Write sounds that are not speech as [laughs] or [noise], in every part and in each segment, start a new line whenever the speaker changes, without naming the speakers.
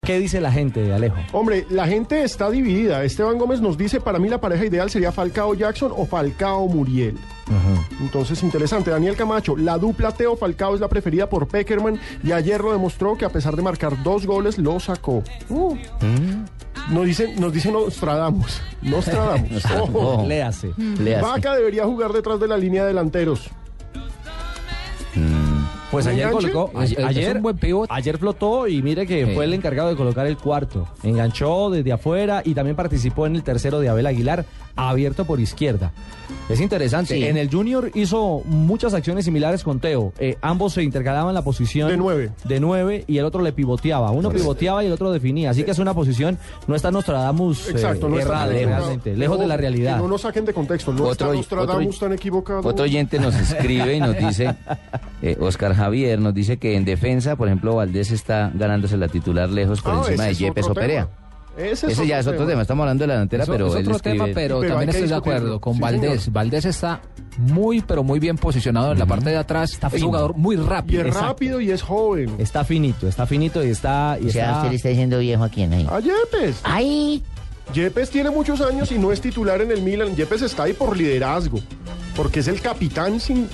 ¿Qué dice la gente, Alejo?
Hombre, la gente está dividida. Esteban Gómez nos dice, para mí la pareja ideal sería Falcao Jackson o Falcao Muriel. Entonces, interesante. Daniel Camacho, la dupla Teo Falcao es la preferida por Peckerman y ayer lo demostró que a pesar de marcar dos goles, lo sacó. Uh.
Mm.
Nos dicen, nos dicen
[laughs]
Nostradamus. Nostradamus.
Oh.
Ojo.
Léase.
Mm.
Vaca debería jugar detrás de la línea de delanteros.
Pues
¿Un
ayer
enganche?
colocó,
Es-
ayer,
es
ayer,
un buen pivot.
ayer flotó y mire que
Sí.
fue el encargado de colocar el cuarto. Enganchó desde afuera y también participó en el tercero de Abel Aguilar, abierto por izquierda. Es interesante.
Sí.
En el Junior hizo muchas acciones similares con Teo. Eh, ambos se intercalaban la posición
De nueve.
de nueve y el otro le pivoteaba. Uno pivoteaba y el otro definía. Así que es una posición, no está Nostradamus eh,
Exacto, no está
errada
tan equivocado.
realmente, lejos de la
Ojo,
realidad.
que No nos saquen de contexto. No está
Otro-
Nostradamus
otro-
tan equivocado.
Otro oyente nos escribe
[laughs]
y nos dice, eh, Oscar Javier nos dice que en defensa, por ejemplo, Valdés está ganándose la titular lejos por
Ah,
encima
ese
de
es
Yepes
otro
o Perea.
tema. Ese,
Ese ya es otro tema, estamos hablando de la delantera,
Eso
pero
es
él
otro
escribe-
tema, pero,
Pero hay
también
que
estoy de
discutirlo.
acuerdo con
Sí,
Valdés.
señor.
Valdés está muy, pero muy bien posicionado en la parte de atrás. es un jugador muy
Y
rápido.
es
Exacto.
rápido y es joven.
Está finito, está finito y está... Y
O sea,
está-
usted le está diciendo viejo a quién ahí.
A Yepes.
¡Ay!
Yepes tiene muchos años y no es titular en el Milan. Yepes está ahí por liderazgo, porque es el capitán sin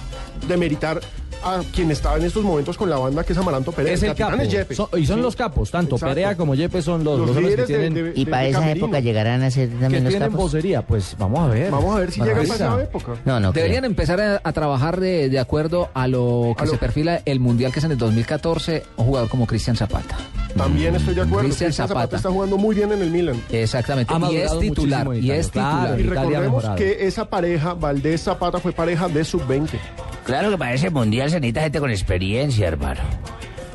demeritar a quien está en estos momentos con la banda, que es Amaranto Pérez.
Es el
capitán
capo.
es Yepes.
Son- y son
Sí.
los capos, tanto
Exacto.
Perea como Yepes son los,
Los
los hombres que
líderes de-
tienen,
de-
Y
de
para esa
camerino.
época llegarán a ser
que
también los
tienen
capos.
vocería. Pues vamos a ver.
Vamos a ver si
Para
llega
esa.
para esa época.
No, no. creo.
Deberían empezar a, a trabajar de, de acuerdo a lo que
A lo-
se perfila el Mundial que es en el 2014, un jugador como Cristian Zapata.
También estoy de acuerdo.
Cristian
Cristian Zapata.
Zapata.
está jugando muy bien en el Milan.
Exactamente.
Ha
Y
madurado
es titular.
muchísimo
Y
Italia,
es
claro.
titular.
Y
Italia ha
recordemos
mejorado.
que esa pareja, Valdés Zapata, fue pareja de sub-20.
Claro que para ese mundial se necesita gente con experiencia, hermano.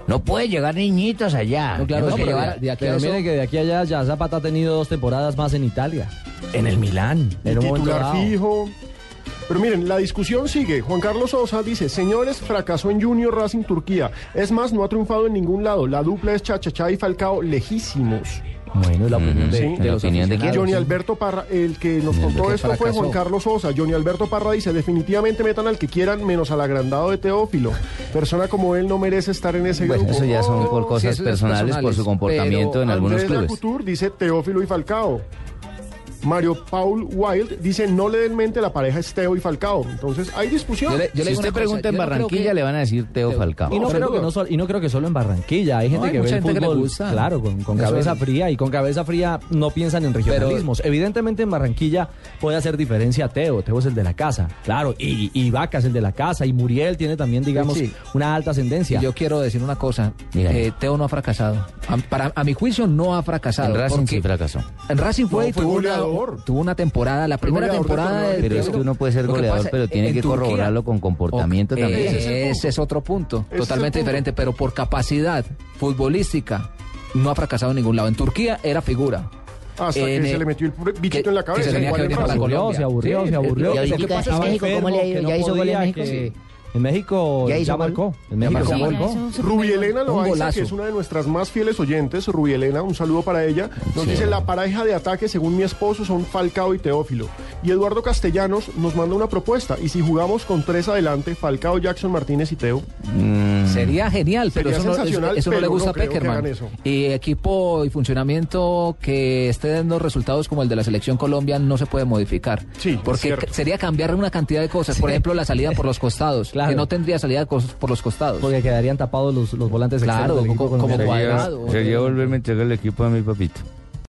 No puede llegar niñitos allá.
No, claro,
Tenemos
no,
que
pero
llevar-
de aquí a
Pero
eso-
mire que de aquí a allá ya Zapata ha tenido dos temporadas más en Italia. En el Milán. En un momento
titular
dado.
fijo. Pero miren, la discusión sigue. Juan Carlos Sosa dice, señores, fracasó en Junior Racing Turquía. Es más, no ha triunfado en ningún lado. La dupla es Chachachá y Falcao lejísimos.
Bueno, es la opinión de,
Sí.
de los
¿La opinión de quién?
aficionados,
Johnny
sí.
Alberto Parra, el que nos contó
que
esto fue
fracasó.
Juan Carlos Sosa. Johnny Alberto Parra dice, definitivamente metan al que quieran, menos al agrandado de Teófilo. Persona como él no merece estar en ese
Bueno,
grupo.
pues, eso ya son por
Oh,
sí,
cosas
eso ya es
personales, por
personales,
su comportamiento
pero
en algunos
Andrés
clubes.
Lacouture dice Teófilo y Falcao. Mario Paul Wild dice no le den mente la pareja es Teo y Falcao. Entonces hay discusión.
Yo le- yo le
Si
digo
usted
una
pregunta
cosa,
en
yo no creo
Barranquilla,
que-
le van a decir Teo
Teo-
Falcao.
Y no,
Sin
creo que
duda.
no sol- y no creo que solo en Barranquilla. Hay gente
hay
que ve
mucha
el
gente que le
fútbol,
gusta.
claro, con, con
Eso
cabeza
es.
fría. Y con cabeza fría no piensan en regionalismos. Evidentemente en Barranquilla puede hacer diferencia Teo. Teo es el de la casa, claro. Y, y Vaca es el de la casa. Y Muriel tiene también, digamos,
Sí.
una alta ascendencia.
Y yo quiero decir una cosa.
Diga.
eh, Teo no ha fracasado. A, para, a mi juicio no ha fracasado.
En Racing
porque
sí fracasó.
En Racing fue,
No,
y
fue
tuvo,
goleador.
una, tuvo una temporada, la primera
goleador de
temporada.
torneo
de-
Pero es que uno puede ser
Lo que
goleador,
pasa
pero tiene
en
que
Turquía-
corroborarlo con comportamiento
Ok,
también.
Ese es el
Ese,
punto.
es otro punto,
es el
totalmente
punto.
diferente, pero por capacidad futbolística no ha fracasado en ningún lado. En Turquía era figura.
Hasta que
en,
se
eh,
le metió el pr- bichito
que-
en la
que
cabeza.
se tenía
igual
que
en
venir para
se
Brasil.
Colombia.
aburrió, se aburrió,
Sí,
se
y
aburrió. Lo
ahorita
que
en
pasa es que
México, ¿cómo le ha ido?
enfermo,
¿Ya
que
hizo
no
gol en
podía,
México?
que-
Sí.
En México
¿Ya hizo
ya
gol?
marcó. En
Ya
México
marcó.
ya
Sí, ya
marcó.
Rubielena Loaiza,
golazo.
que es una de nuestras más fieles oyentes, Rubielena, un saludo para ella, nos
Sí.
dice la pareja de ataque, según mi esposo, son Falcao y Teófilo. Y Eduardo Castellanos nos manda una propuesta, y si jugamos con tres adelante, Falcao, Jackson, Martínez y Teo,
Mm,
Sería genial, pero
Sería
eso no, eso,
sensacional,
eso no
pero
le gusta
no
a
creo que
Peckerman.
hagan eso.
Y equipo y funcionamiento que esté dando resultados como el de la selección Colombia no se puede modificar.
Sí,
porque
es cierto.
sería cambiar una cantidad de cosas. Por ejemplo, la salida por los costados,
Claro.
que no tendría salida cos- por los costados.
Porque quedarían tapados los, los volantes
Claro,
externos del equipo
como- como
colombiano.
Cuadrado.
Sería volverme a entregar el equipo a mi papito.